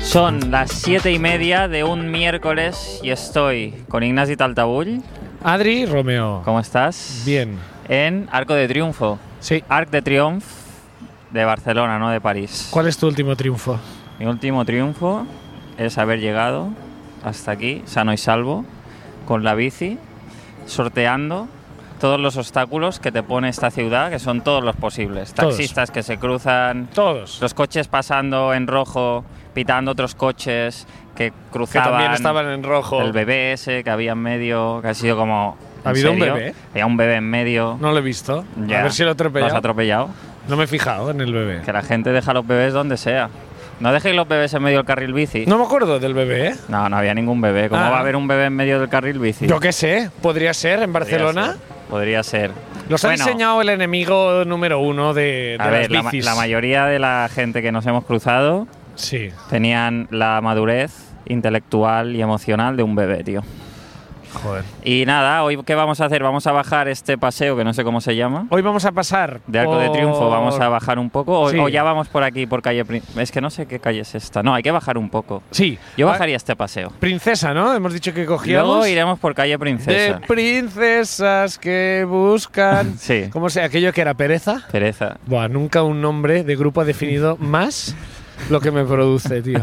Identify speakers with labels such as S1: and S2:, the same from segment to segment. S1: Son las siete y media de un miércoles y estoy con Ignacio Taltabull.
S2: Adri Romeo.
S1: ¿Cómo estás?
S2: Bien.
S1: En Arco de Triunfo.
S2: Sí.
S1: Arc de Triunfo de Barcelona, no de París.
S2: ¿Cuál es tu último triunfo?
S1: Mi último triunfo es haber llegado hasta aquí, sano y salvo, con la bici, sorteando todos los obstáculos que te pone esta ciudad, que son todos los posibles.
S2: Todos.
S1: Taxistas que se cruzan,
S2: Todos.
S1: los coches pasando en rojo, pitando otros coches que
S3: Que
S1: cruzaban.
S3: también estaban en rojo.
S1: El bebé ese que había en medio, que ha sido como. ¿en
S2: ¿Ha habido un
S1: serio?
S2: bebé?
S1: Había un bebé en medio.
S2: No lo he visto.
S1: Ya,
S2: A ver si lo he atropellado.
S1: has atropellado.
S2: No me he fijado en el bebé.
S1: Que la gente deja los bebés donde sea. No dejéis los bebés en medio del carril bici.
S2: No me acuerdo del bebé. ¿eh?
S1: no, no había ningún bebé. ¿Cómo
S2: Ah.
S1: va a haber un bebé en medio del carril bici?
S2: Yo qué sé. Podría ser en Barcelona.
S1: Podría ser.
S2: Los ha
S1: Bueno,
S2: enseñado el enemigo número uno de, de
S1: A ver, la,
S2: las
S1: ma-
S2: bicis.
S1: la mayoría de la gente que nos hemos cruzado
S2: Sí.
S1: tenían la madurez intelectual y emocional de un bebé, tío.
S2: Joder.
S1: Y nada, hoy qué vamos a hacer? Vamos a bajar este paseo que no sé cómo se llama.
S2: Hoy vamos a pasar.
S1: De Arco de
S2: por-
S1: Triunfo, vamos a bajar un poco. O,
S2: Sí.
S1: o ya vamos por aquí, por calle. Prin- Es que no sé qué calle es esta. No, hay que bajar un poco.
S2: Sí.
S1: Yo
S2: Ah,
S1: bajaría este paseo.
S2: Princesa, ¿no? Hemos dicho que
S1: Y luego
S2: cogíamos.
S1: iremos por calle
S2: de
S1: Princesa.
S2: princesas que buscan.
S1: Sí.
S2: ¿Cómo sea aquello que era pereza?
S1: Pereza.
S2: Buah, nunca un nombre de grupo ha definido más lo que me produce, tío.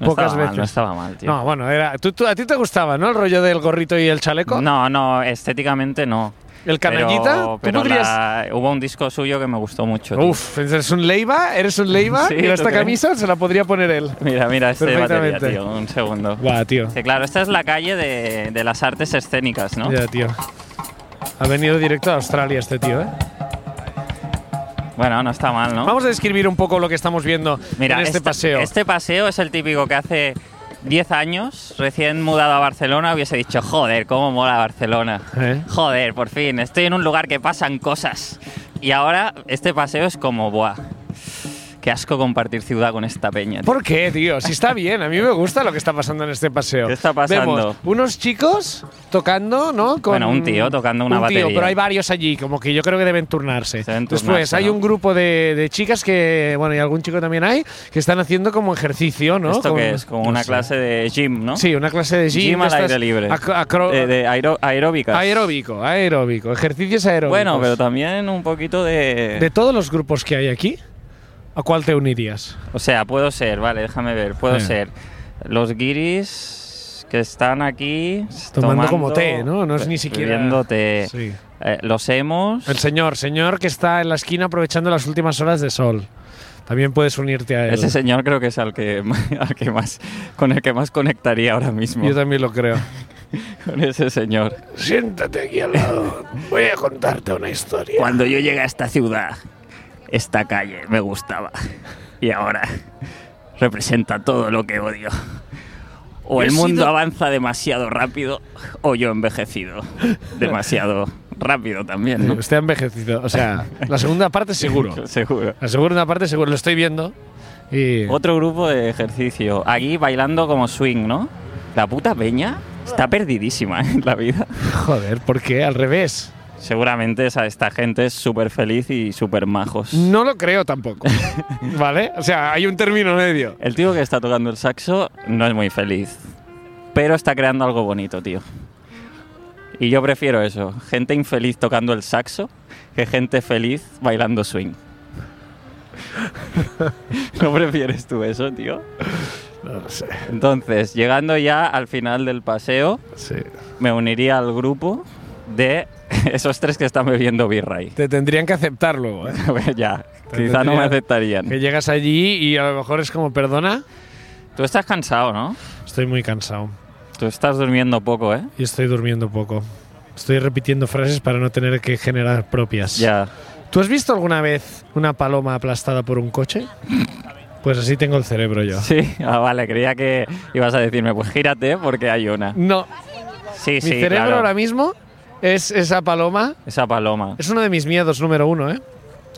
S1: No
S2: Pocas
S1: estaba
S2: veces.
S1: Mal, no estaba mal, tío.
S2: No, bueno, era. ¿tú, tú- a ti te gustaba, ¿no? El rollo del gorrito y el chaleco.
S1: no, no, estéticamente no. Pero-
S2: El canallita.
S1: Pero,
S2: ¿Tú podrías-
S1: la- hubo un disco suyo que me gustó mucho. tío.
S2: Uf, ¿eres un leiva? ¿Eres un leiva?
S1: Sí,
S2: y
S1: ¿tú
S2: esta
S1: crees?
S2: camisa se la podría poner él.
S1: Mira, mira, este batería,
S2: Perfectamente.
S1: tío. Un segundo.
S2: Guau, tío.
S1: Que claro, esta es la calle de, de las artes escénicas, ¿no?
S2: Ya, tío. Ha venido directo a Australia este tío, ¿eh?
S1: Bueno, no está mal, ¿no?
S2: Vamos a describir un poco lo que estamos viendo
S1: Mira,
S2: en este, paseo.
S1: Este paseo es el típico que hace 10 años, recién mudado a Barcelona, hubiese dicho, joder, cómo mola Barcelona.
S2: ¿Eh?
S1: Joder, por fin, estoy en un lugar que pasan cosas. Y ahora este paseo es como, buah, qué asco compartir ciudad con esta peña. tío".
S2: ¿Por qué, tío? Si está bien, a mí me gusta lo que está pasando en este paseo.
S1: ¿Qué está pasando?
S2: Vemos unos chicos tocando, ¿no? Con
S1: Bueno, un tío tocando una
S2: un
S1: batería.
S2: Tío, pero hay varios allí, como que yo creo que deben turnarse.
S1: Se deben
S2: Después
S1: turnarse,
S2: hay
S1: ¿no?
S2: un grupo de, de chicas que, bueno, y algún chico también hay, que están haciendo como ejercicio, ¿no?
S1: ¿Esto
S2: Con-
S1: qué es? Como
S2: no
S1: una
S2: sé.
S1: clase de gym, ¿no?
S2: Sí, una clase de gym.
S1: Gym al
S2: estas
S1: aire libre.
S2: acro- acro-
S1: Eh, de aero- aeróbicas.
S2: aeróbico, aeróbico, ejercicios aeróbicos.
S1: Bueno, pero también un poquito de...
S2: De todos los grupos que hay aquí, ¿a cuál te unirías?
S1: O sea, puedo ser, vale, déjame ver, puedo
S2: Venga.
S1: ser los guiris que están aquí
S2: Tomando como té, ¿no? No es ni siquiera-
S1: bebiendo té.
S2: Sí.
S1: Eh, los hemos.
S2: El señor, señor que está en la esquina aprovechando las últimas horas de sol. También puedes unirte a él.
S1: Ese señor creo que es al que, al que más con el que más conectaría ahora mismo.
S2: Yo también lo creo.
S1: Con ese señor.
S2: Siéntate aquí al lado. Voy a contarte una historia.
S1: Cuando yo llegué a esta ciudad, esta calle me gustaba. Y ahora representa todo lo que odio. O
S2: Yo
S1: el
S2: he
S1: mundo
S2: sido-
S1: avanza demasiado rápido, o yo he envejecido demasiado rápido también, ¿no?
S2: Usted ha envejecido. O sea, la segunda parte seguro.
S1: Seguro.
S2: La segunda parte seguro. Lo estoy viendo. Y
S1: Otro grupo de ejercicio. Aquí bailando como swing, ¿no? La puta peña está perdidísima ¿eh? en la vida.
S2: joder, ¿por qué? Al revés.
S1: Seguramente esa, esta gente es súper feliz y súper majos.
S2: No lo creo tampoco. ¿Vale? O sea, hay un término medio.
S1: El tío que está tocando el saxo no es muy feliz, pero está creando algo bonito, tío. Y yo prefiero eso, gente infeliz tocando el saxo que gente feliz bailando swing. ¿No prefieres tú eso, tío?
S2: No lo sé.
S1: Entonces, llegando ya al final del paseo,
S2: Sí.
S1: me uniría al grupo de esos tres que están bebiendo birra ahí.
S2: Te tendrían que aceptar luego, ¿eh?
S1: ya, quizá no me
S2: Tendría-
S1: aceptarían.
S2: Que llegas allí y a lo mejor es como, perdona,
S1: Tú estás cansado, ¿no?
S2: estoy muy cansado.
S1: Tú estás durmiendo poco, ¿eh?
S2: Y estoy durmiendo poco. Estoy repitiendo frases para no tener que generar propias.
S1: Ya.
S2: ¿Tú has visto alguna vez una paloma aplastada por un coche? Pues así tengo el cerebro yo.
S1: Sí, ah, vale, creía que ibas a decirme, pues gírate porque hay una.
S2: No,
S1: Sí,
S2: mi
S1: sí,
S2: cerebro
S1: claro.
S2: ahora mismo es esa paloma.
S1: Esa paloma.
S2: Es uno de mis miedos número uno, ¿eh?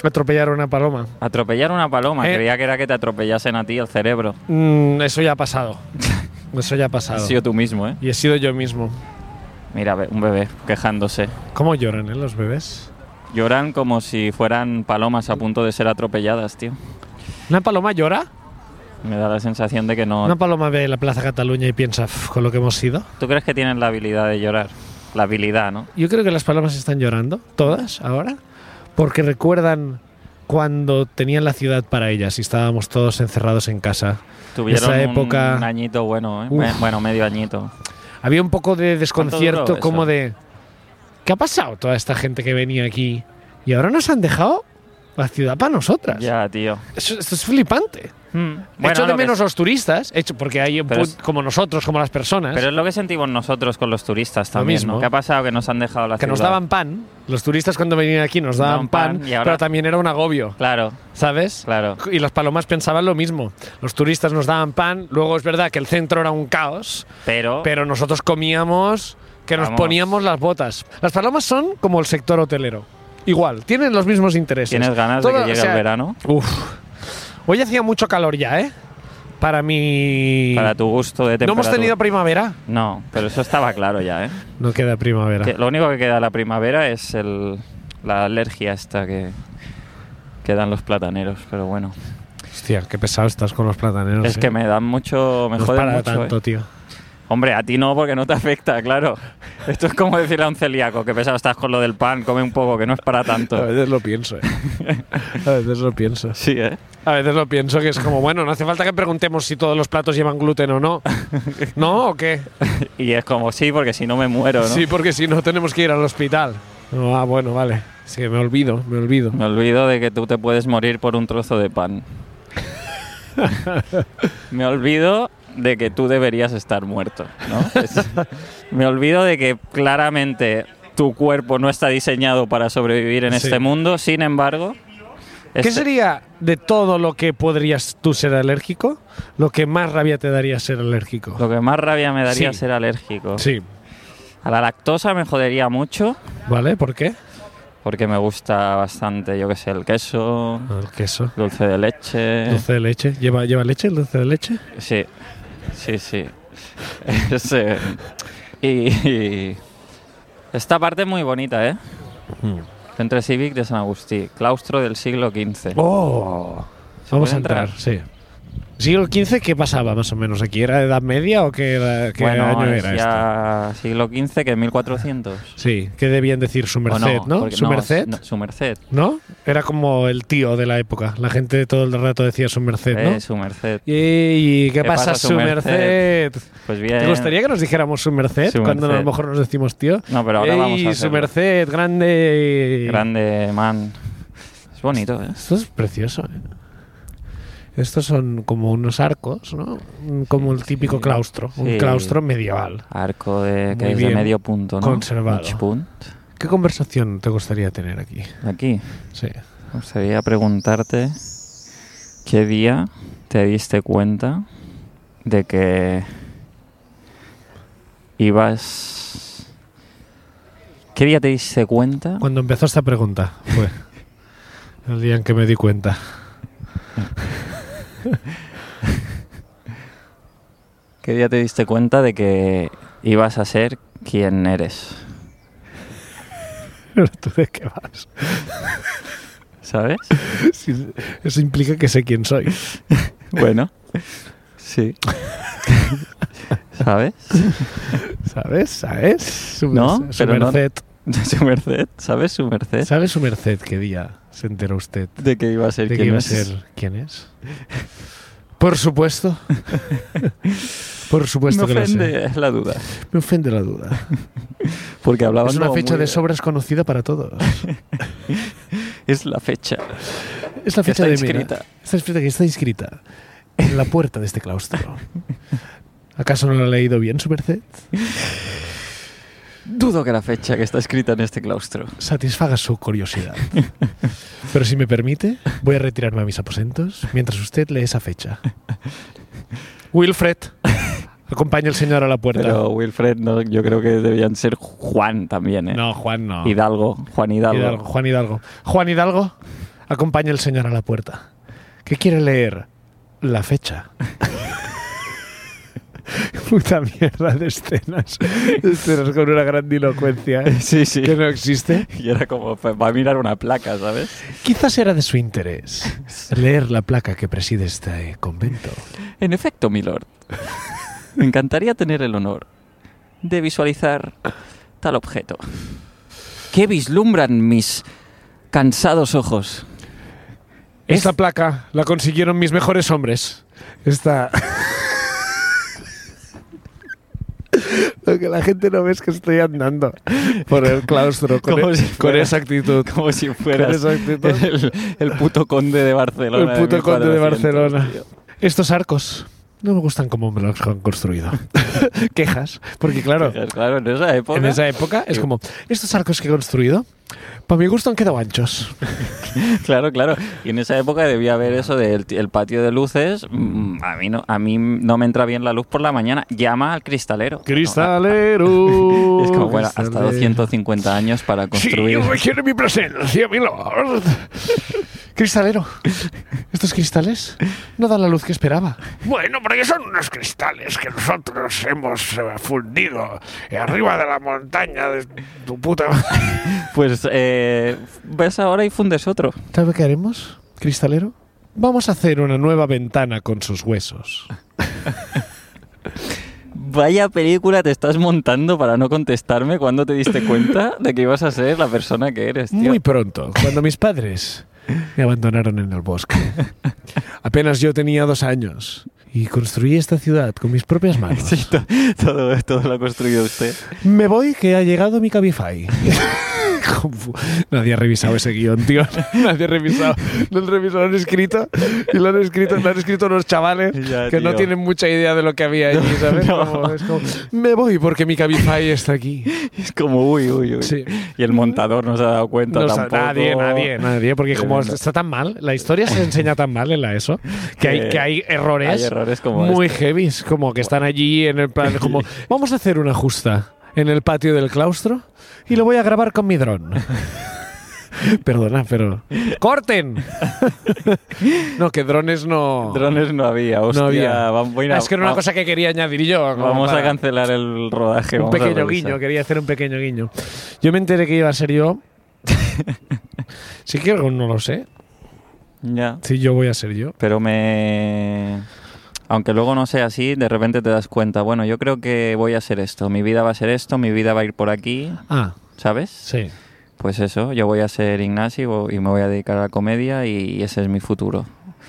S2: Atropellar a una paloma.
S1: Atropellar una paloma,
S2: Eh.
S1: creía que era que te atropellasen a ti el cerebro.
S2: Mm, eso ya ha pasado. Eso ya ha pasado.
S1: Has sido tú mismo, ¿eh?
S2: Y he sido yo mismo.
S1: Mira, ve- un bebé quejándose.
S2: ¿Cómo lloran, eh, los bebés?
S1: Lloran como si fueran palomas a punto de ser atropelladas, tío.
S2: ¿Una paloma llora?
S1: Me da la sensación de que no.
S2: Una paloma ve la Plaza Cataluña y piensa "Uf, con lo que hemos sido.
S1: ¿Tú crees que tienen la habilidad de llorar? La habilidad, ¿no?
S2: Yo creo que las palomas están llorando, todas ahora, porque recuerdan cuando tenían la ciudad para ellas y estábamos todos encerrados en casa.
S1: Tuvieron
S2: Esa
S1: un-
S2: época-
S1: un añito bueno, ¿eh?
S2: Uf.
S1: Me- bueno, medio añito.
S2: Había un poco de
S1: ¿Cuánto
S2: desconcierto
S1: duró
S2: como
S1: eso?
S2: de ¿qué ha pasado toda esta gente que venía aquí? Y ahora nos han dejado la ciudad para nosotras.
S1: Ya, tío.
S2: Eso- esto es flipante.
S1: Bueno,
S2: hecho
S1: lo
S2: Hmm. de
S1: que
S2: menos los turistas, hecho porque hay un
S1: Pero
S2: pu-
S1: es-
S2: como nosotros, como las personas,
S1: Pero es lo que sentimos nosotros con los turistas también,
S2: ¿Ah, mismo.
S1: ¿no? ¿Qué ha pasado? Que nos han dejado la
S2: que nos
S1: ciudad.
S2: daban pan. Los turistas cuando venían aquí nos daban,
S1: Daban
S2: pan,
S1: pan y ahora-
S2: pero también era un agobio,
S1: Claro,
S2: ¿sabes?
S1: claro.
S2: Y las palomas pensaban lo mismo. Los turistas nos daban pan, luego es verdad que el centro era un caos,
S1: Pero,
S2: pero nosotros comíamos, que nos
S1: Vamos.
S2: poníamos las botas. Las palomas son como el sector hotelero. Igual, tienen los mismos intereses.
S1: ¿tienes ganas
S2: Todo-
S1: de que llegue
S2: o sea,
S1: el verano?
S2: Uf. Hoy hacía mucho calor ya, ¿eh? Para mi...
S1: Para tu gusto de
S2: no
S1: temperatura.
S2: hemos tenido primavera.
S1: No, pero eso estaba claro ya, ¿eh?
S2: No queda primavera.
S1: Que lo único que queda de la primavera es el, la alergia esta que, que dan los plataneros, pero bueno.
S2: Hostia, qué pesado estás con los plataneros. ¿eh?
S1: es que me dan mucho, me joden mucho.
S2: tanto,
S1: ¿eh?
S2: tío.
S1: Hombre, a ti no, porque no te afecta, claro. Esto es como decirle a un celíaco que pesado estás con lo del pan, come un poco, que no es para
S2: A
S1: tanto.
S2: veces lo pienso, ¿eh? A veces lo pienso.
S1: Sí, ¿eh?
S2: A veces lo pienso que es como, bueno, no hace falta que preguntemos si todos los platos llevan gluten o no. ¿No o qué?
S1: Y es como, sí, porque si no me muero, ¿no?
S2: Sí, porque si no tenemos que ir al hospital. No, ah, bueno, vale. Sí, me olvido, me olvido.
S1: Me olvido de que tú te puedes morir por un trozo de pan. me olvido de que tú deberías estar muerto, ¿no? Es- me olvido de que claramente tu cuerpo no está diseñado para sobrevivir en
S2: Sí.
S1: este mundo, sin embargo...
S2: ¿Qué
S1: este-
S2: sería de todo lo que podrías tú ser alérgico? Lo que más rabia te daría ser alérgico.
S1: Lo que más rabia me daría
S2: Sí.
S1: es ser alérgico.
S2: Sí,
S1: A la lactosa me jodería mucho,
S2: ¿vale? ¿Por qué?
S1: porque me gusta bastante, yo qué sé, el queso,
S2: El queso.
S1: dulce de leche...
S2: Ah. Dulce de leche. ¿Lleva, lleva leche el dulce de leche?
S1: Sí, sí, sí. Es, eh, y, y esta parte es muy bonita, ¿eh? Centro Civic de San Agustí, claustro del siglo XV.
S2: ¡Oh! Vamos
S1: puede
S2: a entrar,
S1: entrar?
S2: sí. ¿Siglo XV qué pasaba más o menos aquí? ¿Era Edad Media o qué, era- qué
S1: bueno,
S2: año
S1: es
S2: era este? esto?
S1: ya siglo XV que 1400.
S2: Sí, ¿qué debían decir su
S1: ¿O
S2: merced, no?
S1: Porque
S2: ¿Su merced?
S1: no, su merced.
S2: ¿No? Era como el tío de la época. La gente todo el rato decía su merced, ¿no?
S1: Eh, su merced.
S2: Ey, ¿qué, pasa, su merced?
S1: Pues bien.
S2: ¿Te gustaría que nos dijéramos su merced
S1: Su
S2: cuando a lo
S1: merced.
S2: mejor nos decimos tío?
S1: No, pero ahora
S2: Ey,
S1: vamos a
S2: su
S1: hacerlo.
S2: merced, grande.
S1: Grande man. Es bonito, ¿eh?
S2: Esto es precioso, ¿eh? Estos son como unos arcos, ¿no? Mm, Como el típico claustro, un
S1: Sí.
S2: claustro medieval.
S1: Arco de, que
S2: Muy
S1: es
S2: bien
S1: de medio punto, ¿no?
S2: conservado.
S1: Mig punt.
S2: ¿Qué conversación te gustaría tener aquí?
S1: Aquí.
S2: Sí.
S1: Me gustaría preguntarte qué día te diste cuenta de que ibas... ¿Qué día te diste cuenta?
S2: Cuando empezó esta pregunta fue el día en que me di cuenta.
S1: ¿Qué día te diste cuenta de que ibas a ser quien eres?
S2: Pero tú de qué vas.
S1: ¿Sabes?
S2: Sí, Eso implica que sé quién soy.
S1: Bueno. Sí. ¿Sabes?
S2: ¿Sabes? ¿Sabes? Su,
S1: No,
S2: merced- su
S1: pero no-
S2: merced.
S1: Su merced. ¿Sabes su merced?
S2: ¿Sabe su merced qué día se entera usted
S1: De que iba a ser
S2: de que
S1: quien
S2: iba a
S1: es.
S2: ser quién es? Por supuesto. Por
S1: Me
S2: supuesto que lo sé.
S1: ofende es la duda.
S2: Me ofende la duda.
S1: Porque hablabas
S2: Es una
S1: como
S2: fecha
S1: muy-
S2: de sobras conocida para todos.
S1: Es la fecha.
S2: Es la
S1: Que está
S2: fecha de
S1: inscrita.
S2: Mira, está escrita que está inscrita en la puerta de este claustro. ¿Acaso no lo ha leído bien su merced?
S1: Dudo que la fecha que está escrita en este claustro.
S2: Satisfaga su curiosidad. Pero si me permite, voy a retirarme a mis aposentos mientras usted lee esa fecha. Wilfred, acompaña al señor a la puerta.
S1: Pero Wilfred, no, yo creo que debían ser Juan también, ¿eh?
S2: no, Juan no.
S1: Hidalgo, Juan Hidalgo.
S2: Hidalgo, Juan Hidalgo. Juan Hidalgo, acompaña al señor a la puerta. ¿Qué quiere leer? La fecha. puta mierda de escenas. escenas con una grandilocuencia
S1: Sí, sí.
S2: que no existe.
S1: Y era como, pues, va a mirar una placa, ¿sabes?
S2: Quizás era de su interés leer la placa que preside este eh, convento.
S1: En efecto, milord. Me encantaría tener el honor de visualizar tal objeto. ¿Qué vislumbran mis cansados ojos? Es-
S2: Esta placa la consiguieron mis mejores hombres. Esta. Lo que la gente no ve es que estoy andando por el claustro con,
S1: Como
S2: e-
S1: si
S2: con
S1: fuera-
S2: esa actitud.
S1: Como si fueras
S2: Con esa actitud.
S1: el, el puto conde de Barcelona.
S2: El puto conde de
S1: 1400,
S2: Barcelona.
S1: tío.
S2: Estos arcos no me gustan como me los han construido. Quejas, porque claro,
S1: Claro, en esa época.
S2: en esa época es como, estos arcos que he construido, para mi gusto han quedado anchos.
S1: Claro, claro. Y en esa época debía haber eso del ti- el patio de luces. Mm, A mí, no, a mí no me entra bien la luz por la mañana. Llama al cristalero.
S2: Cristalero.
S1: No, es como, bueno, hasta
S2: cristalero.
S1: 250 años para construir.
S2: Sí, requiere mi presencia, mi lord. Cristalero. ¿Estos cristales no dan la luz que esperaba?
S3: Bueno, porque son unos cristales que nosotros hemos eh, fundido arriba de la montaña de tu puta madre.
S1: Pues eh, ves ahora y fundes otro.
S2: ¿Sabes qué haremos, cristalero? Vamos a hacer una nueva ventana con sus huesos.
S1: Vaya película te estás montando para no contestarme cuando te diste cuenta de que ibas a ser la persona que eres, tío.
S2: Muy pronto, cuando mis padres me abandonaron en el bosque. Apenas yo tenía dos años y construí esta ciudad con mis propias manos.
S1: Sí, to- todo, todo lo ha construido usted.
S2: Me voy que ha llegado mi Cabify. Confu- Nadie ha revisado ese guión, tío. Nadie ha revisado. Lo han revisado, lo han escrito. Y lo han escrito, lo han escrito unos chavales
S1: Ya,
S2: que no
S1: tío.
S2: tienen mucha idea de lo que había allí, ¿sabes?
S1: no.
S2: Como- es como, me voy porque mi Cabify está aquí.
S1: Es como, uy, uy, uy.
S2: Sí.
S1: Y el montador no se ha dado cuenta
S2: No, o sea,
S1: tampoco.
S2: nadie, nadie, nadie, porque como
S1: Tremendo.
S2: está tan mal, la historia se enseña tan mal en la ESO, que hay,
S1: Que
S2: que hay errores,
S1: Eh, hay errores como este.
S2: muy heavy, como que están allí en el plan, como, vamos a hacer una justa en el patio del claustro y lo voy a grabar con mi dron. Perdona, pero... ¡Corten! no, que drones Oh. no...
S1: Drones no había, hostia.
S2: había. Ah,
S1: vam- voy a-
S2: es que era una
S1: va-
S2: cosa que quería añadir yo. como
S1: Vamos a
S2: para-
S1: cancelar el rodaje.
S2: un
S1: vamos a
S2: pequeño
S1: revisar.
S2: guiño, quería hacer un pequeño guiño. Yo me enteré que iba a ser yo. sí que aún no lo sé.
S1: Ya.
S2: Sí, yo voy a ser yo.
S1: Pero me. Aunque luego no sea así, de repente te das cuenta, bueno, yo creo que voy a hacer esto, mi vida va a ser esto, mi vida va a ir por aquí,
S2: Ah,
S1: ¿sabes?
S2: sí.
S1: Pues eso, yo voy a ser Ignacio y me voy a dedicar a la comedia y ese es mi futuro.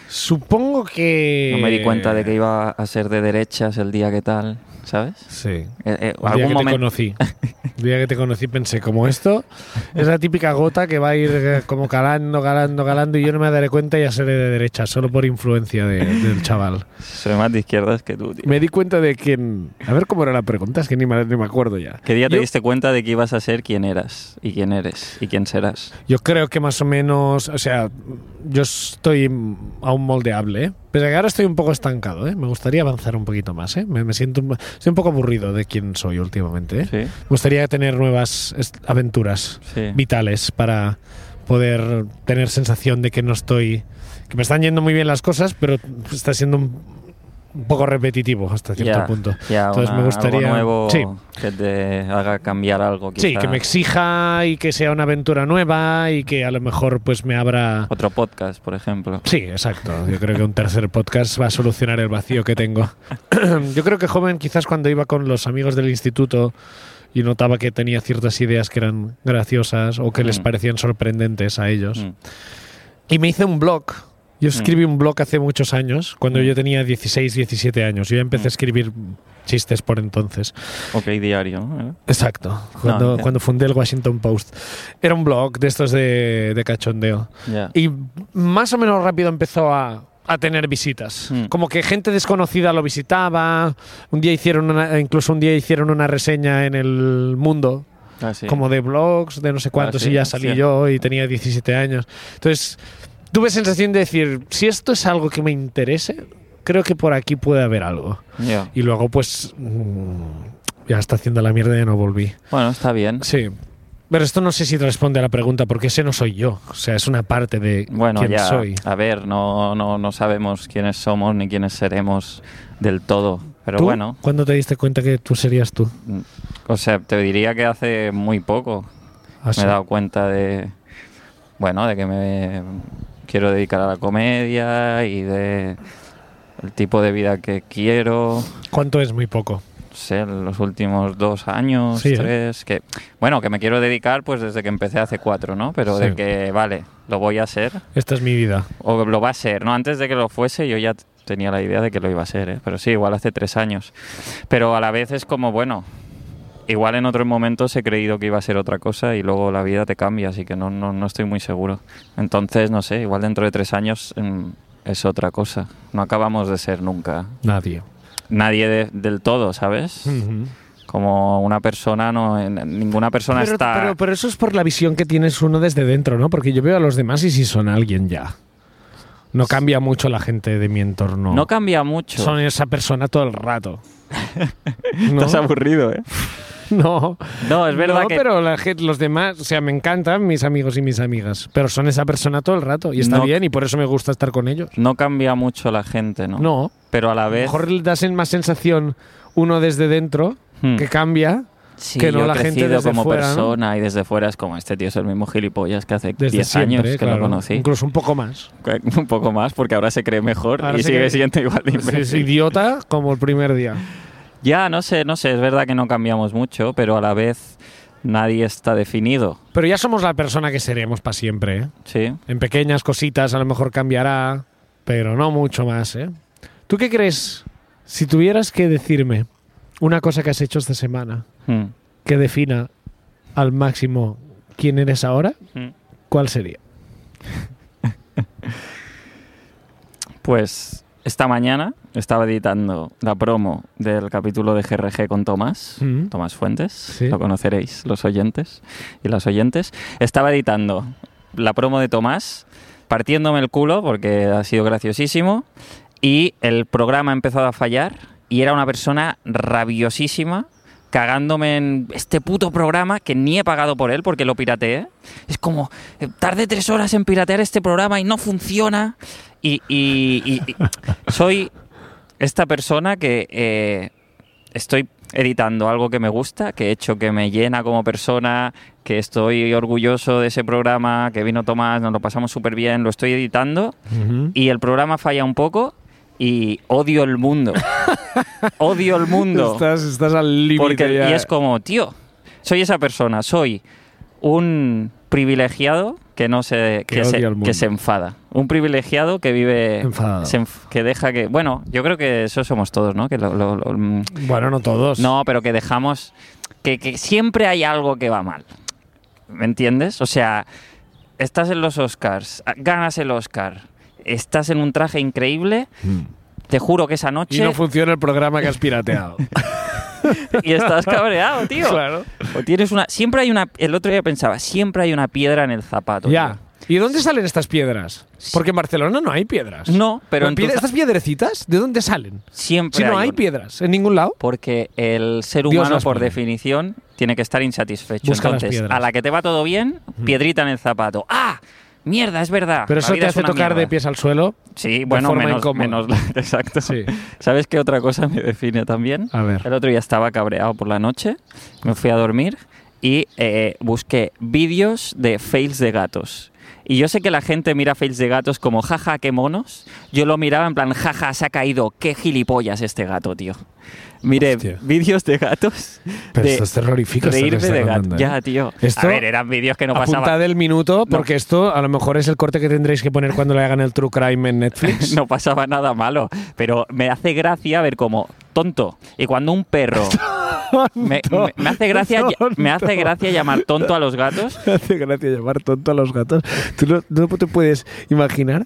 S2: Supongo que.
S1: No me di cuenta de que iba a ser de derechas el día que tal, ¿sabes?
S2: Sí.
S1: Eh, eh,
S2: El día
S1: algún
S2: que te
S1: momento.
S2: conocí. El día que te conocí pensé, como esto es la típica gota que va a ir eh, como calando, calando, calando y yo no me daré cuenta y ya seré de derecha, solo por influencia de- del chaval.
S1: Soy más de izquierdas que tú, tío.
S2: Me di cuenta de quién... A ver cómo era la pregunta, es que ni me, ni me acuerdo ya.
S1: ¿Qué día te
S2: Yo-
S1: diste cuenta de que ibas a ser quien eras y quién eres y quién serás?
S2: Yo creo que más o menos, o sea, yo estoy mm, aún moldeable, ¿eh? Pese a que ahora estoy un poco estancado, ¿eh? Me gustaría avanzar un poquito más, ¿eh? Me, me siento, un- estoy un poco aburrido de quién soy últimamente, ¿eh?
S1: Sí,
S2: Me gustaría tener nuevas est- aventuras
S1: sí.
S2: vitales para poder tener sensación de que no estoy, que me están yendo muy bien las cosas, pero está siendo un, un poco repetitivo hasta cierto
S1: Ya,
S2: punto.
S1: ya,
S2: Entonces me
S1: una-
S2: gustaría-
S1: algo nuevo
S2: sí.
S1: que te haga cambiar algo.
S2: Sí,
S1: quizá.
S2: que me exija y que sea una aventura nueva y que a lo mejor pues me abra
S1: Otro podcast, por ejemplo.
S2: Sí, exacto. Yo creo que un tercer podcast va a solucionar el vacío que tengo. Yo creo que joven, quizás cuando iba con los amigos del instituto y notaba que tenía ciertas ideas que eran graciosas o que les
S1: Mm.
S2: parecían sorprendentes a ellos.
S1: Mm.
S2: Y me hice un blog. Yo escribí un blog hace muchos años,
S1: Mm.
S2: cuando yo tenía 16, 17 años. Yo ya empecé a escribir chistes por entonces.
S1: Ok, diario. ¿eh? ¿no?
S2: Exacto, cuando,
S1: ya.
S2: cuando fundé el Washington Post. Era un blog de estos de, de cachondeo.
S1: Ya.
S2: Y más o menos rápido empezó a, a tener visitas.
S1: Mm.
S2: Como que gente desconocida lo visitaba. Un día hicieron una- incluso un día hicieron una reseña en el mundo,
S1: Ah, sí. Ah,
S2: como de blogs, de no sé cuántos,
S1: sí,
S2: y ya salí
S1: sí.
S2: yo y tenía 17 años. Entonces, tuve sensación de decir, si esto es algo que me interese, creo que por aquí puede haber algo.
S1: Ya.
S2: Y luego, pues, mm, ya está haciendo la mierda y ya no volví.
S1: Bueno, está bien.
S2: Sí. Pero esto no sé si responde a la pregunta, porque ese no soy yo. O sea, es una parte de
S1: Bueno,
S2: quién
S1: ya.
S2: soy.
S1: A ver, no, no, no sabemos quiénes somos ni quiénes seremos del todo. Pero
S2: ¿Tú?
S1: bueno,
S2: ¿Cuándo te diste cuenta que tú serías tú?
S1: o sea, te diría que hace muy poco
S2: Así.
S1: me he dado cuenta de, bueno, de que me quiero dedicar a la comedia y de el tipo de vida que quiero.
S2: ¿Cuánto es muy poco?
S1: no sé, los últimos dos años,
S2: Sí, ¿eh?
S1: tres, que bueno, que me quiero dedicar pues desde que empecé hace cuatro, ¿no? Pero de
S2: Sí.
S1: que, vale, lo voy a hacer
S2: Esta es mi vida.
S1: o lo va a ser, ¿no? Antes de que lo fuese yo ya t- tenía la idea de que lo iba a ser, ¿eh? Pero sí, igual hace tres años. Pero a la vez es como, bueno, igual en otros momentos he creído que iba a ser otra cosa y luego la vida te cambia, así que no, no, no estoy muy seguro. Entonces, no sé, igual dentro de tres años mm, es otra cosa. No acabamos de ser nunca
S2: Nadie.
S1: nadie de- del todo, ¿sabes?
S2: Mm.
S1: como una persona no en- ninguna persona
S2: Pero,
S1: está
S2: pero- pero eso es por la visión que tienes uno desde dentro, ¿no? Porque yo veo a los demás y si son alguien ya. No cambia mucho la gente de mi entorno.
S1: no cambia mucho
S2: son esa persona todo el rato. ¿No?
S1: estás aburrido eh
S2: no,
S1: no es verdad
S2: No,
S1: que
S2: pero la gente- los demás, o sea, me encantan mis amigos y mis amigas, pero son esa persona todo el rato y está
S1: No.
S2: bien y por eso me gusta estar con ellos.
S1: no cambia mucho la gente no,
S2: No,
S1: pero a la
S2: a lo
S1: vez
S2: mejor le das en más sensación uno desde dentro
S1: Hmm.
S2: que cambia
S1: sí,
S2: que no
S1: yo he
S2: la gente
S1: crecido
S2: desde
S1: como
S2: fuera, ¿no?
S1: persona y desde fuera es como este tío es el mismo gilipollas que hace
S2: desde
S1: 10
S2: siempre,
S1: años que
S2: claro.
S1: lo conocí
S2: Incluso un poco más.
S1: un poco más porque ahora se cree mejor
S2: Ahora
S1: y
S2: se
S1: sigue
S2: cree-
S1: siendo igual de imbécil.
S2: Es idiota como el primer día.
S1: ya no sé no sé es verdad que no cambiamos mucho pero a la vez nadie está definido
S2: Pero ya somos la persona que seremos para siempre. ¿eh?
S1: sí
S2: En pequeñas cositas a lo mejor cambiará, pero no mucho más. ¿eh? ¿Tú qué crees? Si tuvieras que decirme una cosa que has hecho esta semana
S1: Hmm.
S2: que defina al máximo quién eres ahora,
S1: Hmm.
S2: ¿cuál sería?
S1: Pues esta mañana estaba editando la promo del capítulo de GRG con Tomás,
S2: Mm.
S1: Tomás Fuentes,
S2: Sí.
S1: lo conoceréis los oyentes y las oyentes. Estaba editando la promo de Tomás, partiéndome el culo porque ha sido graciosísimo y el programa ha empezado a fallar y era una persona rabiosísima cagándome en este puto programa que ni he pagado por él porque lo pirateé. Es como, eh, tardé tres horas en piratear este programa y no funciona. Y, y- y- y soy esta persona que eh, estoy editando algo que me gusta, que he hecho que me llena como persona, que estoy orgulloso de ese programa, que vino Tomás, nos lo pasamos súper bien, lo estoy editando y el programa falla un poco y odio el mundo. odio el mundo.
S2: Estás, estás al límite
S1: Porque,
S2: ya.
S1: y es como, tío, soy esa persona, soy un privilegiado que no se
S2: Que
S1: que, se,
S2: odia al mundo.
S1: que se enfada, un privilegiado que vive
S2: Enfadado.
S1: se enf- que deja que, bueno, yo creo que eso somos todos, ¿no? Que lo- lo- lo- mm,
S2: Bueno, no todos.
S1: no, pero que dejamos que, que siempre hay algo que va mal. ¿Me entiendes? O sea, estás en los Oscars, ah, ganas el Oscar, estás en un traje increíble,
S2: Mm.
S1: te juro que esa
S2: Y
S1: noche
S2: no funciona el programa que has pirateado.
S1: y estás cabreado, tío.
S2: claro.
S1: O tienes una. Siempre hay una. El otro día pensaba, siempre hay una piedra en el zapato.
S2: Ya. ¿Y dónde salen estas piedras? Porque en Barcelona no hay piedras.
S1: tío. No, pero
S2: Pero
S1: en tu
S2: piedra-
S1: za-
S2: ¿Estas piedrecitas? ¿De dónde salen?
S1: siempre.
S2: Si no hay
S1: una.
S2: piedras, en ningún lado.
S1: Porque el ser
S2: Dios
S1: humano,
S2: las
S1: por
S2: pone.
S1: definición, tiene que estar insatisfecho.
S2: Busca las
S1: Entonces,
S2: piedras.
S1: a la que te va todo bien, piedrita en el zapato. ¡Ah! Mierda, es verdad.
S2: Pero
S1: La
S2: eso
S1: vida
S2: te
S1: es
S2: hace
S1: una
S2: tocar de
S1: mierda.
S2: pies al suelo.
S1: Sí, bueno,
S2: forma
S1: menos,
S2: incómoda.
S1: menos la- exacto.
S2: Sí.
S1: ¿Sabes qué otra cosa me define también?
S2: A ver.
S1: El otro día estaba cabreado por la noche, me fui a dormir y eh, busqué vídeos de fails de gatos. Y yo sé que la gente mira fails de gatos como jaja, qué monos. Yo lo miraba en plan jaja, se ha caído, qué gilipollas este gato, tío. Miré
S2: Hostia.
S1: vídeos de gatos
S2: Pero
S1: de
S2: esto es terrorífico. esto que
S1: reírme
S2: está
S1: de gatos.
S2: contando, ¿eh?
S1: Ya, tío.
S2: Esto-
S1: a ver, eran vídeos que no
S2: Apuntad
S1: pasaban,
S2: el minuto, porque esto a lo mejor es el corte que tendréis que poner cuando le hagan el True Crime en Netflix.
S1: no pasaba nada malo. Pero me hace gracia ver como tonto. Y cuando un perro... Me, me- me hace gracia, me hace gracia llamar tonto a los gatos
S2: Me hace gracia llamar tonto a los gatos. Tú no, no te puedes imaginar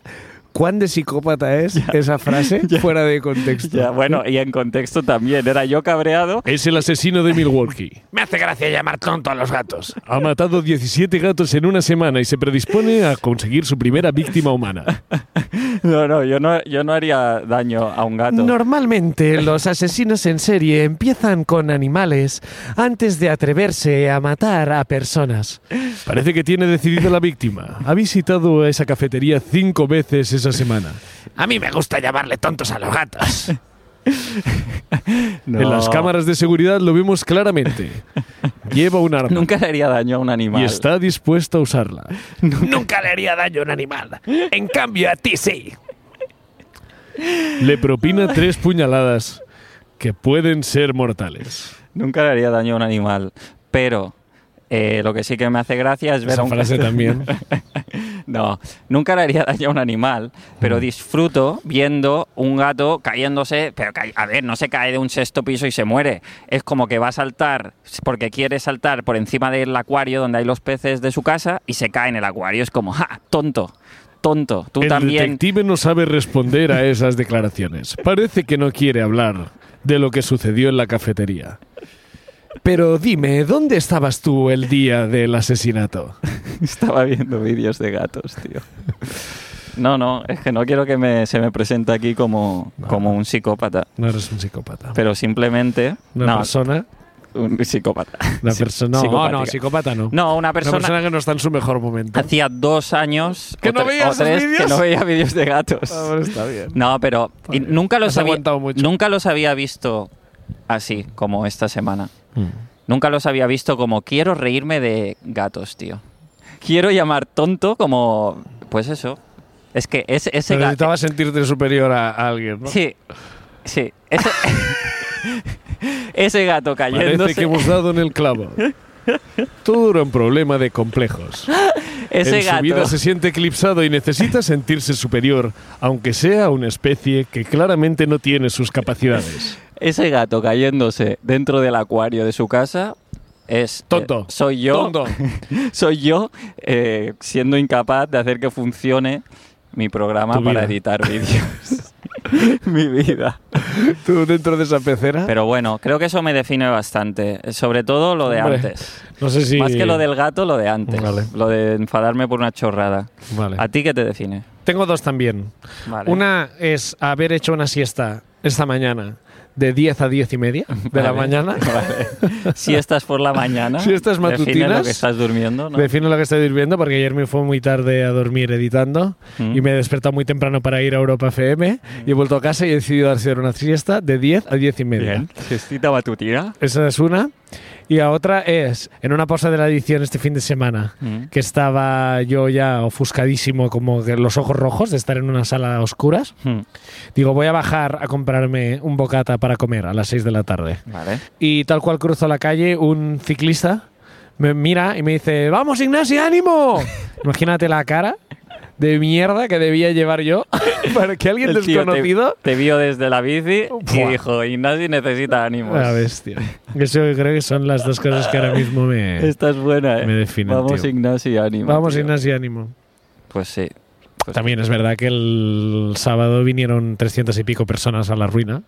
S2: cuán de psicópata es esa frase fuera de contexto.
S1: Ya, bueno, y en contexto también. Era yo cabreado.
S2: Es el asesino de Milwaukee.
S3: Me hace gracia llamar tonto a los gatos.
S2: Ha matado 17 gatos en una semana y se predispone a conseguir su primera víctima humana.
S1: No, no, yo no, yo no haría daño a un gato.
S2: Normalmente los asesinos en serie empiezan con animales antes de atreverse a matar a personas. Parece que tiene decidida la víctima. Ha visitado esa cafetería cinco veces esa semana.
S3: A mí me gusta llamarle tontos a los gatos.
S1: No.
S2: En las cámaras de seguridad lo vimos claramente. Lleva un arma
S1: Nunca le haría daño a un animal.
S2: y está dispuesto a usarla.
S3: Nunca le haría daño a un animal. En cambio, a ti sí.
S2: Le propina tres puñaladas que pueden ser mortales.
S1: Nunca le haría daño a un animal. Pero eh, lo que sí que me hace gracia es ver
S2: Esa
S1: a un
S2: frase también.
S1: No, nunca le haría daño a un animal, pero
S2: Mm.
S1: disfruto viendo un gato cayéndose, pero ca- a ver, no se cae de un sexto piso y se muere. Es como que va a saltar porque quiere saltar por encima del acuario donde hay los peces de su casa y se cae en el acuario. Es como, ¡ja! Tonto, tonto. Tú
S2: El
S1: también.
S2: detective no sabe responder a esas declaraciones. Parece que no quiere hablar de lo que sucedió en la cafetería. Pero dime, ¿dónde estabas tú el día del asesinato?
S1: Estaba viendo vídeos de gatos, tío. No, no, es que no quiero que me- se me presente aquí como, como un psicópata,
S2: No eres un psicópata.
S1: pero simplemente.
S2: Una
S1: no,
S2: persona.
S1: un psicópata.
S2: Una
S1: Sí,
S2: persona. No,
S1: psicopática.
S2: no, psicópata no.
S1: No, una
S2: Una
S1: persona,
S2: persona que no está en su mejor momento.
S1: hacía dos años
S2: ¿Que
S1: o,
S2: no
S1: tre-
S2: veía
S1: o
S2: esos
S1: tres
S2: vídeos?
S1: que no veía vídeos de gatos.
S2: Ah, bueno, está bien.
S1: No, pero y
S2: Vale.
S1: nunca, los
S2: Has
S1: había,
S2: aguantado mucho.
S1: nunca los había visto así, como esta semana.
S2: Mm.
S1: Nunca los había visto como quiero reírme de gatos, tío. Quiero llamar tonto como... Pues eso. Es que ese, ese ga-
S2: Necesitaba sentirte superior a a alguien, ¿no?
S1: Sí, sí. Ese, ese gato cayéndose...
S2: Parece que hemos dado en el clavo. Todo era un problema de complejos.
S1: ese
S2: en su
S1: gato...
S2: vida se siente eclipsado y necesita sentirse superior, aunque sea una especie que claramente no tiene sus capacidades.
S1: Ese gato cayéndose dentro del acuario de su casa es...
S2: Tonto.
S1: eh, soy yo.
S2: Tonto.
S1: Soy yo eh, siendo incapaz de hacer que funcione mi programa
S2: Tu
S1: para
S2: vida.
S1: editar vídeos. mi vida.
S2: Tú dentro de esa pecera.
S1: Pero bueno, creo que eso me define bastante. Sobre todo lo de
S2: Hombre,
S1: antes.
S2: no sé si.
S1: Más que lo del gato, lo de antes.
S2: Vale.
S1: Lo de enfadarme por una chorrada.
S2: Vale.
S1: ¿A ti qué te define?
S2: Tengo dos también.
S1: Vale.
S2: Una es haber hecho una siesta esta mañana de 10 a 10 y media de la
S1: Vale.
S2: mañana.
S1: Vale. Si estás por la mañana,
S2: Siestas
S1: define lo
S2: matutinas.
S1: que estás durmiendo, ¿no?
S2: Defino lo que estoy viviendo porque ayer me fue muy tarde a dormir editando
S1: Mm.
S2: y me he despertado muy temprano para ir a Europa FM y he vuelto a casa y he decidido hacer una siesta de 10 a 10 y media.
S1: Bien. Siestita matutina.
S2: Esa es una. Y la otra es, en una pausa de la edición este fin de semana,
S1: Mm.
S2: que estaba yo ya ofuscadísimo, como que los ojos rojos de estar en una sala a oscuras,
S1: Mm.
S2: digo, voy a bajar a comprarme un bocata para comer a las 6 de la tarde.
S1: Vale.
S2: Y tal cual cruzo la calle, un ciclista me mira y me dice, vamos Ignacio, ánimo. Imagínate la cara de mierda que debía llevar yo para que alguien
S1: El tío te-
S2: desconocido...
S1: Te, vio desde la bici y
S2: Buah.
S1: dijo, Ignasi necesita ánimos.
S2: La bestia. Eso creo que son las dos cosas que ahora mismo me...
S1: Esta es buena, ¿eh?
S2: Me define el
S1: Vamos,
S2: tío.
S1: Ignasi, ánimo.
S2: Vamos,
S1: tío.
S2: Ignacio, ánimo.
S1: Pues sí. Pues
S2: También es verdad que el sábado vinieron 300 y pico personas a la ruina.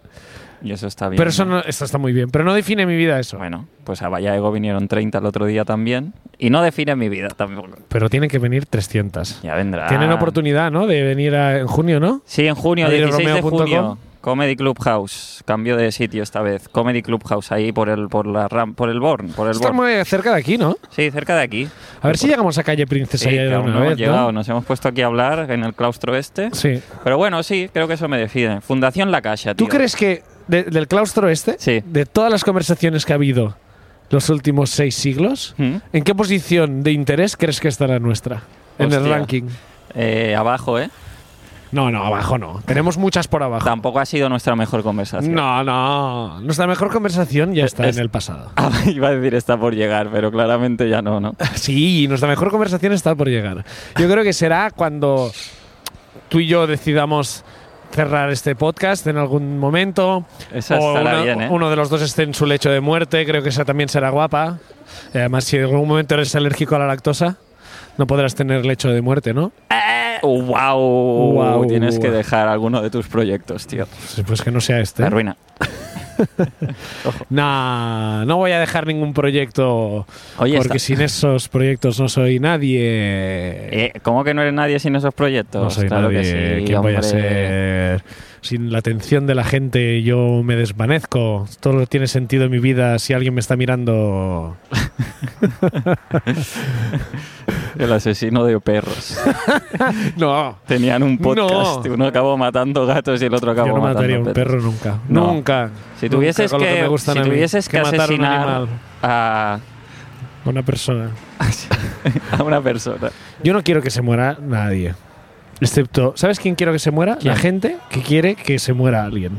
S1: Y eso está bien.
S2: Pero eso,
S1: ¿no?
S2: no- esto está muy bien. Pero no define mi vida eso.
S1: Bueno, pues a Vallaego vinieron 30 el otro día también. Y no define mi vida tampoco.
S2: Pero tienen que venir 300.
S1: Ya vendrá.
S2: Tienen oportunidad, ¿no? De venir a- en junio, ¿no?
S1: Sí, en junio,
S2: Madrid
S1: 16 de
S2: Romeo.com.
S1: junio. Comedy Club House. Cambio de sitio esta vez. Comedy Club House, ahí por el, por la ram, por el Born. Por el
S2: Está
S1: Born.
S2: muy cerca de aquí, ¿no?
S1: Sí, cerca de aquí.
S2: A ver si llegamos a calle Princesa
S1: pues- Sí,
S2: ya
S1: que
S2: de
S1: aún
S2: una
S1: no hemos
S2: vez,
S1: llegado.
S2: ¿no?
S1: Nos hemos puesto aquí a hablar en el claustro este.
S2: Sí.
S1: Pero bueno, sí, creo que eso me define. Fundación La Caixa,
S2: ¿Tú
S1: tío.
S2: crees que de- del claustro este,
S1: Sí.
S2: de todas las conversaciones que ha habido los últimos seis siglos,
S1: ¿Mm?
S2: ¿en qué posición de interés crees que estará nuestra? En el
S1: Hostia.
S2: ranking.
S1: Eh, abajo, ¿eh?
S2: No, no, abajo no. Tenemos muchas por abajo.
S1: Tampoco ha sido nuestra mejor conversación.
S2: No, no. Nuestra mejor conversación ya está
S1: Eh, es-
S2: en el pasado.
S1: Ah, Iba a decir está por llegar, pero claramente ya no, ¿no?
S2: Sí, nuestra mejor conversación está por llegar. Yo creo que será cuando tú y yo decidamos cerrar este podcast en algún momento.
S1: Esa
S2: o
S1: estará
S2: una-
S1: bien, ¿eh?
S2: uno de los dos esté en su lecho de muerte. Creo que esa también será guapa. Y Además, si en algún momento eres alérgico a la lactosa, no podrás tener lecho de muerte, ¿no?
S1: wow,
S2: Guau.
S1: ¡Eh! Tienes que dejar alguno de tus proyectos, tío.
S2: Pues que no sea este.
S1: La ruina.
S2: Nah, no voy a dejar ningún proyecto.
S1: Oye,
S2: porque
S1: está-
S2: sin esos proyectos no soy nadie.
S1: Eh, ¿Cómo que no eres nadie sin esos proyectos?
S2: No soy
S1: claro
S2: nadie.
S1: que sí.
S2: ¿Quién voy a
S1: hombre.
S2: ser? sin la atención de la gente yo me desvanezco. Todo tiene sentido en mi vida si alguien me está mirando.
S1: El asesino de perros.
S2: No.
S1: Tenían un podcast.
S2: No.
S1: Uno acabó matando gatos y el otro acabó
S2: Yo no
S1: matando
S2: mataría a un
S1: perros.
S2: perro nunca.
S1: No.
S2: Nunca.
S1: Si tuvieses
S2: Nunca, con lo
S1: que,
S2: me gustan
S1: si
S2: a mí.
S1: tuvieses que,
S2: matar a un
S1: asesinar
S2: animal,
S1: a,
S2: a una persona.
S1: a una persona.
S2: Yo no quiero que se muera nadie. Excepto, ¿sabes quién quiero que se muera?
S1: ¿Quién?
S2: La gente que quiere que se muera alguien.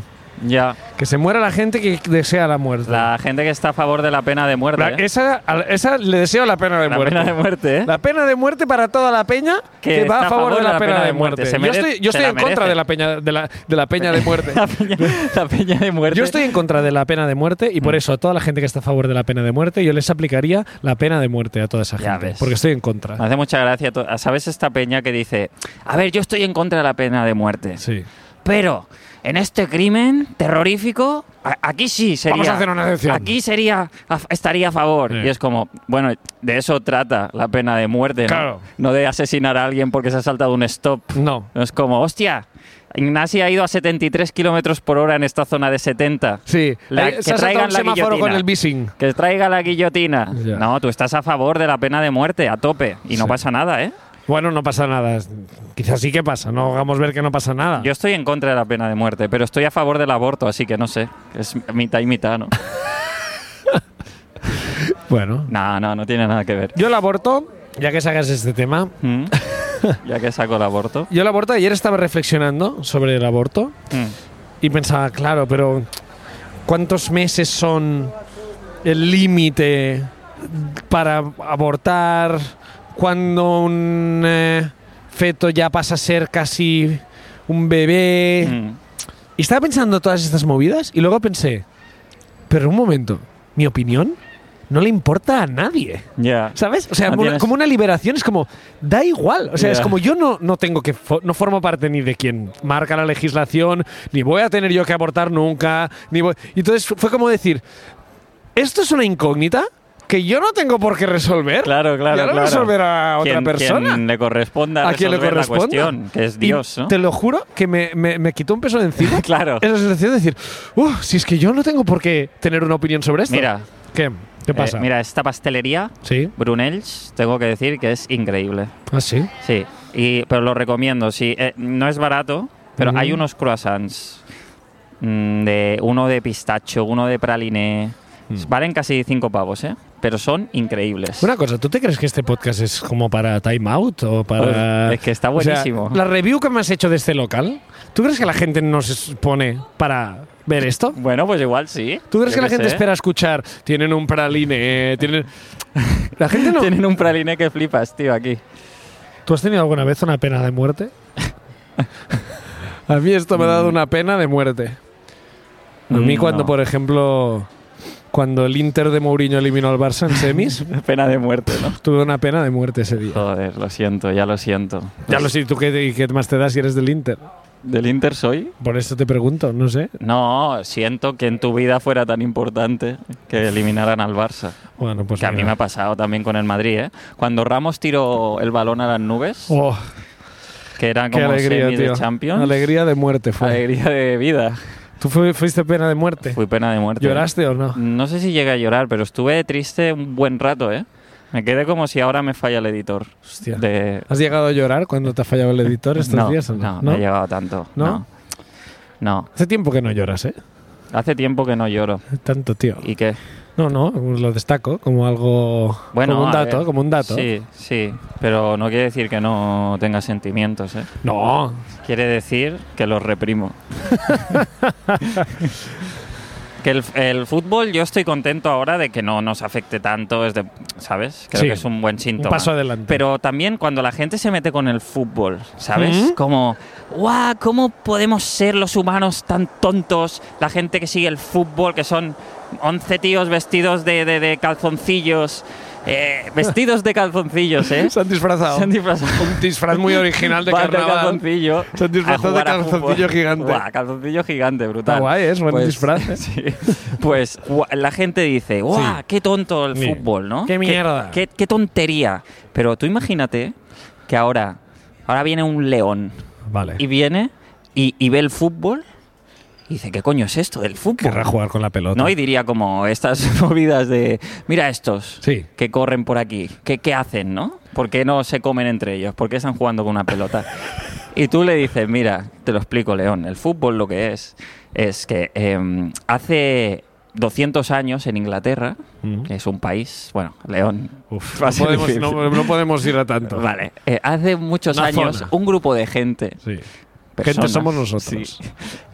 S1: Ya.
S2: Que se muera la gente que desea la muerte.
S1: La gente que está a favor de la pena de muerte.
S2: Pues La-
S1: ¿eh?
S2: esa, a la- esa le deseo la pena de
S1: La
S2: muerte.
S1: pena de muerte, ¿eh?
S2: La pena de muerte para toda la peña
S1: Que
S2: que, va
S1: está
S2: a favor de la, pena, de muerte.
S1: Se
S2: Yo
S1: merece-
S2: estoy, yo
S1: se
S2: estoy
S1: la
S2: en contra
S1: merece.
S2: de la peña de la, de la peña de muerte.
S1: La peña, la peña de muerte.
S2: Yo estoy en contra de la pena de muerte y por
S1: Mm.
S2: eso a toda la gente que está a favor de la pena de muerte yo les aplicaría la pena de muerte a toda esa
S1: Ya
S2: gente
S1: ves.
S2: porque estoy en contra.
S1: Me hace mucha gracia. to- ¿Sabes esta peña que dice, a ver, yo estoy en contra de la pena de muerte,
S2: Sí.
S1: pero en este crimen terrorífico, a- aquí sí sería...
S2: Vamos a hacer una excepción.
S1: Aquí sería, a- estaría a favor.
S2: Sí.
S1: Y es como, bueno, de eso trata la pena de muerte, ¿no?
S2: Claro.
S1: No de asesinar a alguien porque se ha saltado un stop.
S2: No.
S1: No es como, hostia, Ignasi ha ido a 73 kilómetros por hora en esta zona de 70.
S2: Sí.
S1: La-
S2: Eh,
S1: que
S2: se ha saltado
S1: traigan
S2: un
S1: la
S2: semáforo con
S1: guillotina.
S2: el bising.
S1: Que traiga la guillotina.
S2: Ya.
S1: No, tú estás a favor de la pena de muerte, a tope. Y no
S2: Sí.
S1: pasa nada, ¿eh?
S2: Bueno, no pasa nada. Quizás sí que pasa. No hagamos ver que no pasa nada.
S1: Yo estoy en contra de la pena de muerte, pero estoy a favor del aborto, así que no sé. Es mitad y mitad, ¿no?
S2: Bueno.
S1: no, no, no tiene nada que ver.
S2: Yo el aborto, ya que sacas este tema,
S1: ¿Mm? Ya que saco el aborto.
S2: yo el aborto ayer estaba reflexionando sobre el aborto
S1: ¿Mm?
S2: y pensaba, claro, pero ¿cuántos meses son el límite para abortar? Cuando un eh, feto ya pasa a ser casi un bebé.
S1: ¿Mm?
S2: Y estaba pensando todas estas movidas y luego pensé, pero un momento, mi opinión no le importa a nadie.
S1: Ya.
S2: ¿Sabes? O sea,
S1: No
S2: una-
S1: Ah, tienes-
S2: como una liberación, es como, da igual. O sea, es
S1: Ya.
S2: como yo no, no tengo que, fo- no formo parte ni de quien marca la legislación, ni voy a tener yo que abortar nunca, ni voy... Y entonces fue como decir, esto es una incógnita que yo no tengo por qué resolver.
S1: Claro, claro,
S2: Ya lo
S1: claro.
S2: resolverá otra
S1: Quien-
S2: persona.
S1: Quien le corresponda
S2: a quien le
S1: resolver
S2: corresponda.
S1: la cuestión, que es
S2: Y
S1: Dios, ¿no?
S2: Te lo juro que me, me- me quitó un peso de encima.
S1: Claro.
S2: Esa sensación de decir, "Uf, si es que yo no tengo por qué tener una opinión sobre esto.
S1: Mira,
S2: ¿Qué? ¿Qué
S1: eh,
S2: pasa?
S1: mira, esta pastelería,
S2: Sí.
S1: Brunells, tengo que decir que es increíble.
S2: Ah, sí.
S1: Sí, y, pero lo recomiendo. Sí, eh, no es barato, pero
S2: Mm.
S1: hay unos croissants. mm, de uno de pistacho, uno de praliné.
S2: Mm.
S1: Valen casi cinco pavos, ¿eh? Pero son increíbles.
S2: Una cosa, ¿tú te crees que este podcast es como para Time Out o para...?
S1: Pues, es que está
S2: O sea,
S1: buenísimo.
S2: la review que me has hecho de este local, ¿tú crees que la gente nos pone para ver esto?
S1: Bueno, pues igual sí.
S2: ¿Tú crees
S1: Yo
S2: que la
S1: qué
S2: gente
S1: sé.
S2: espera escuchar? Tienen un praline, tienen... La gente no...
S1: Tienen un praliné que flipas, tío, aquí.
S2: ¿Tú has tenido alguna vez una pena de muerte? A mí esto me ha dado una pena de muerte. A mí
S1: Mm,
S2: cuando,
S1: no.
S2: por ejemplo, cuando el Inter de Mourinho eliminó al Barça en semis,
S1: Pena de muerte, ¿no?
S2: tuve una pena de muerte ese día.
S1: Joder, lo siento, ya lo siento. Pues,
S2: Ya lo sé, ¿tú qué, qué más te das si eres del Inter?
S1: ¿Del Inter soy?
S2: Por eso te pregunto, no sé.
S1: No, siento que en tu vida fuera tan importante que eliminaran al Barça.
S2: Bueno, pues
S1: Que a mí
S2: mira.
S1: me ha pasado también con el Madrid, ¿eh? Cuando Ramos tiró el balón a las nubes,
S2: Oh,
S1: que eran
S2: qué
S1: como
S2: alegría,
S1: semis
S2: tío.
S1: de Champions.
S2: Alegría de muerte fue.
S1: Alegría de vida.
S2: ¿Tú fue- fuiste pena de muerte?
S1: Fui pena de muerte.
S2: ¿Lloraste o no?
S1: No sé si llegué a llorar, pero estuve triste un buen rato, ¿eh? Me quedé como si ahora me falla el editor.
S2: Hostia.
S1: De...
S2: ¿Has llegado a llorar cuando te ha fallado el editor estos
S1: no,
S2: días o
S1: no,
S2: no?
S1: no he llegado tanto.
S2: ¿No?
S1: No. No.
S2: Hace tiempo que no lloras, ¿eh?
S1: Hace tiempo que no lloro.
S2: Tanto, tío.
S1: ¿Y qué?
S2: No, no, pues lo destaco como algo...
S1: Bueno,
S2: como un
S1: a
S2: dato,
S1: ver.
S2: como un dato.
S1: Sí, sí. Pero no quiere decir que no tenga sentimientos, ¿eh?
S2: No.
S1: Quiere decir que los reprimo. que el, el fútbol, yo estoy contento ahora de que no nos afecte tanto, es de, ¿sabes? Creo
S2: Sí.
S1: que es un buen síntoma.
S2: paso adelante.
S1: Pero también cuando la gente se mete con el fútbol, ¿sabes?
S2: ¿Mm?
S1: Como, ¡guau! ¿Cómo podemos ser los humanos tan tontos? La gente que sigue el fútbol, que son 11 tíos vestidos de, de- de calzoncillos. eh, vestidos de calzoncillos, ¿eh?
S2: Se han disfrazado.
S1: Se han disfrazado.
S2: Un disfraz muy original de
S1: Van
S2: carnaval.
S1: calzoncillo.
S2: Se han disfrazado
S1: a jugar
S2: de
S1: a fútbol.
S2: calzoncillo gigante.
S1: Buah, calzoncillo gigante, brutal.
S2: Está guay, es buen
S1: Pues-
S2: disfraz, ¿eh?
S1: sí. Pues gua- la gente dice, ¡guau! ¡Qué tonto el
S2: Sí.
S1: fútbol, ¿no?
S2: ¡Qué mierda!
S1: Qué, qué tontería! Pero tú imagínate que ahora, ahora viene un león
S2: Vale.
S1: y viene y, y ve el fútbol Y dice, ¿qué coño es esto del fútbol?
S2: Querrá jugar con la pelota.
S1: ¿no? Y diría como estas movidas de, mira estos
S2: Sí.
S1: que corren por aquí, ¿qué, qué hacen, no? ¿Por qué no se comen entre ellos? ¿Por qué están jugando con una pelota? Y tú le dices, mira, te lo explico, León, el fútbol lo que es, es que eh, hace 200 años en Inglaterra,
S2: Mm.
S1: que es un país, bueno, León,
S2: Uf,
S1: va a
S2: no,
S1: ser
S2: podemos,
S1: difícil.
S2: no- no podemos ir a tanto.
S1: Vale, eh, hace muchos
S2: Una
S1: años
S2: zona.
S1: un grupo de gente,
S2: Sí.
S1: personas,
S2: Gente somos nosotros.
S1: sí,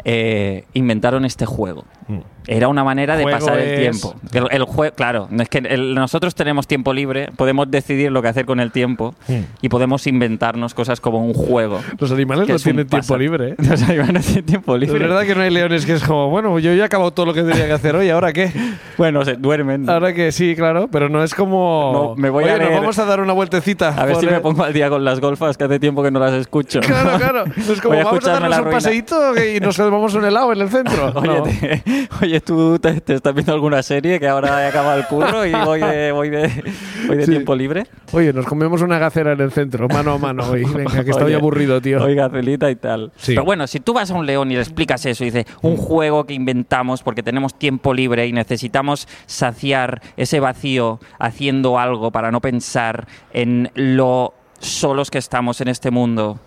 S1: eh, inventaron este juego.
S2: Mm.
S1: Era una manera de
S2: Juego
S1: pasar el
S2: es-
S1: tiempo. El, juego, claro, no es que el- nosotros tenemos tiempo libre, podemos decidir lo que hacer con el tiempo
S2: Mm.
S1: y podemos inventarnos cosas como un juego.
S2: Los animales
S1: que
S2: Pues no
S1: es un
S2: tienen tiempo
S1: pasa-
S2: libre, ¿eh?
S1: Los animales tienen tiempo
S2: Es
S1: libre.
S2: verdad que no hay leones que es como, bueno, yo ya he acabado todo lo que tenía que hacer hoy, ¿ahora qué?
S1: Bueno, se duermen.
S2: Ahora que sí, claro, pero no es como.
S1: No, me voy a
S2: Oye, nos
S1: leer-
S2: vamos a dar una vueltecita.
S1: a ver
S2: por
S1: si me
S2: el-
S1: pongo al día con las golfas, que hace tiempo que no las escucho.
S2: Claro, claro. Es como,
S1: Voy a
S2: vamos a
S1: escucharme
S2: darnos
S1: la
S2: un
S1: ruina.
S2: paseíto y nos tomamos un helado en el centro.
S1: Oye,
S2: No.
S1: te- oye, tú te, te estás viendo alguna serie que ahora he acabado el curro y voy de, voy de, voy de
S2: Sí.
S1: tiempo libre.
S2: Oye, nos comemos una gacera en el centro, mano a mano hoy. Venga, que está
S1: Oye,
S2: muy aburrido, tío.
S1: Oiga, celita y tal.
S2: Sí. Mm.
S1: Pero bueno, si tú vas a un león y le explicas eso y dices, un juego que inventamos porque tenemos tiempo libre y necesitamos saciar ese vacío haciendo algo para no pensar en lo solos que estamos en este mundo.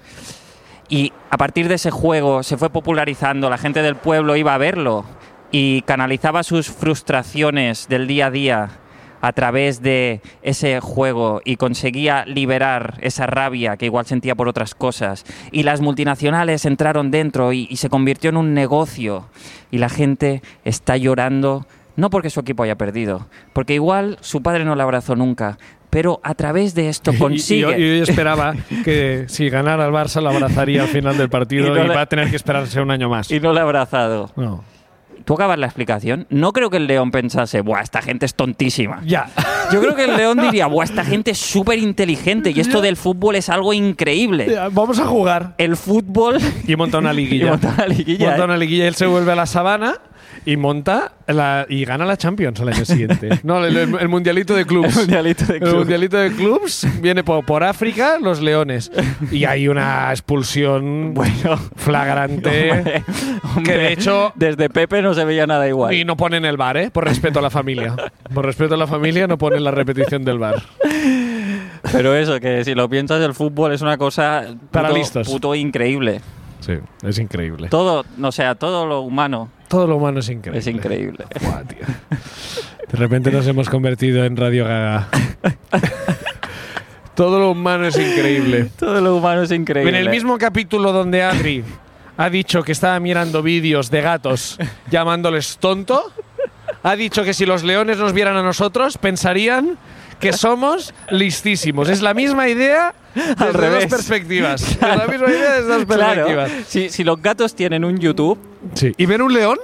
S1: Y a partir de ese juego se fue popularizando, la gente del pueblo iba a verlo y canalizaba sus frustraciones del día a día a través de ese juego y conseguía liberar esa rabia que igual sentía por otras cosas. Y las multinacionales entraron dentro y, y se convirtió en un negocio. Y la gente está llorando, no porque su equipo haya perdido, porque igual su padre no la abrazó nunca, pero a través de esto
S2: Y- y-
S1: consigue...
S2: Y, hoy esperaba que si ganara el Barça la abrazaría al final del partido
S1: Y
S2: y,
S1: no le-
S2: va a tener que esperarse un año más.
S1: y no la ha abrazado.
S2: No.
S1: ¿Tú acabas la explicación? No creo que el león pensase, buah, esta gente es tontísima.
S2: Ya.
S1: Yo creo que el león diría, buah, esta gente es súper inteligente y esto del fútbol es algo increíble.
S2: Ya, Vamos a jugar.
S1: El fútbol...
S2: Y monta una liguilla.
S1: Y monta una liguilla,
S2: Monta
S1: ¿eh?
S2: una liguilla y él se vuelve a la sabana y monta la, y gana la Champions al año siguiente. No, el, el mundialito de clubs.
S1: El ¿eh? mundialito de
S2: El
S1: clubs.
S2: mundialito de clubs viene por, por África, los leones. Y hay una expulsión
S1: Bueno,
S2: flagrante.
S1: hombre, hombre,
S2: Eh, de hecho-
S1: Desde Pepe no se veía nada igual.
S2: Y no ponen el bar, ¿eh? Por respeto a la familia. Por respeto a la familia no ponen la repetición del bar.
S1: Pero eso, que si lo piensas, el fútbol es una cosa puto-
S2: Para listos.
S1: puto increíble.
S2: Sí, es increíble.
S1: Todo, o sea, todo lo humano
S2: Todo lo humano es increíble.
S1: es increíble.
S2: Buah, tío. De repente nos hemos convertido en Radio Gaga. Todo lo humano es increíble.
S1: Todo lo humano es increíble.
S2: En el mismo capítulo donde Adri ha dicho que estaba mirando vídeos de gatos llamándoles tonto, ha dicho que si los leones nos vieran a nosotros pensarían que somos listísimos. Es la misma idea desde
S1: revés.
S2: dos perspectivas. Es la misma idea desde dos
S1: Claro,
S2: perspectivas.
S1: si, si los gatos tienen un YouTube,
S2: Sí. Y ven un león,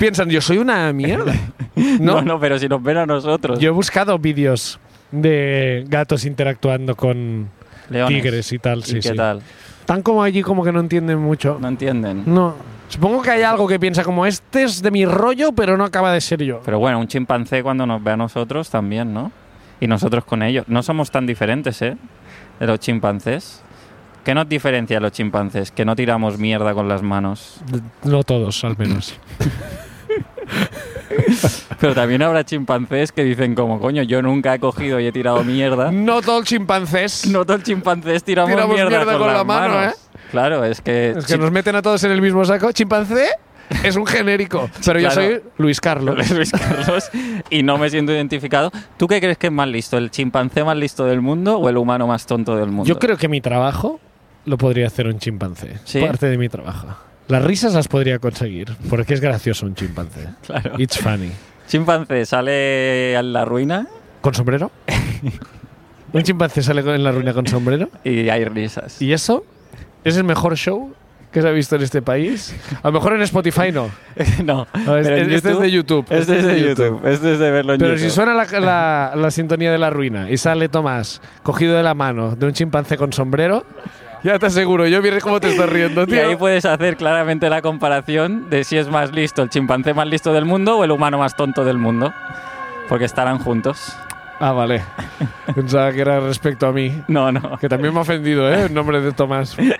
S2: piensan, yo soy una mierda.
S1: no,
S2: No,
S1: no, pero si nos ven a nosotros.
S2: Yo he buscado vídeos de gatos interactuando con
S1: Leones.
S2: tigres y tal. Sí,
S1: ¿Y qué
S2: sí.
S1: tal?
S2: Tan como allí como que no entienden mucho.
S1: No entienden.
S2: No. Supongo que hay algo que piensa como este es de mi rollo, pero no acaba de ser yo.
S1: Pero bueno, un chimpancé cuando nos ve a nosotros también, ¿no? Y nosotros con ellos. No somos tan diferentes, ¿eh? De los chimpancés. ¿Qué nos diferencia a los chimpancés? Que no tiramos mierda con las manos.
S2: No todos, al menos.
S1: Pero también habrá chimpancés que dicen como, coño, yo nunca he cogido y he tirado mierda.
S2: no todos chimpancés.
S1: No todos los chimpancés tiramos,
S2: Tiramos mierda con
S1: las
S2: la mano, ¿eh?
S1: manos. Claro, es que...
S2: Es que
S1: chi-
S2: nos meten a todos en el mismo saco. Chimpancé es un genérico. Pero yo
S1: claro.
S2: soy Luis Carlos.
S1: Luis Carlos y no me siento identificado. ¿Tú qué crees que es más listo, el chimpancé más listo del mundo o el humano más tonto del mundo?
S2: Yo creo que mi trabajo lo podría hacer un chimpancé.
S1: Sí.
S2: Parte de mi trabajo. Las risas las podría conseguir, porque es gracioso un chimpancé.
S1: Claro.
S2: It's funny.
S1: Chimpancé sale a la ruina
S2: ¿Con sombrero? un chimpancé sale con- en la ruina con sombrero.
S1: y hay risas.
S2: Y eso es el mejor show que se ha visto en este país. A lo mejor en Spotify no.
S1: no,
S2: No, es-
S1: pero en
S2: es- este es de YouTube.
S1: Este es de YouTube. Este es de verlo en
S2: Pero
S1: YouTube.
S2: si suena la, la- la sintonía de la ruina y sale Tomás cogido de la mano de un chimpancé con sombrero, ya te aseguro, yo miré cómo te estás riendo,
S1: y
S2: tío.
S1: ahí puedes hacer claramente la comparación de si es más listo el chimpancé más listo del mundo o el humano más tonto del mundo. Porque estarán juntos.
S2: Ah, vale. Pensaba que era respecto a mí.
S1: No, no.
S2: Que también me ha ofendido, ¿eh? El nombre de Tomás. Eh,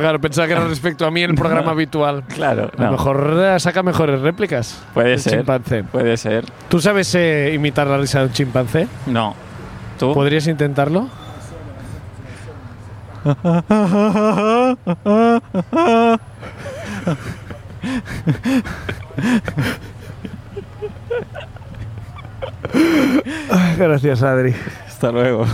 S2: Claro, pensaba que era respecto a mí el programa habitual.
S1: Claro,
S2: A lo
S1: no.
S2: mejor eh, saca mejores réplicas.
S1: Puede
S2: el
S1: ser.
S2: chimpancé.
S1: Puede ser.
S2: ¿Tú sabes eh, imitar la risa de un chimpancé?
S1: No. ¿Tú?
S2: ¿Podrías intentarlo? Gracias, Adri.
S1: Hasta luego.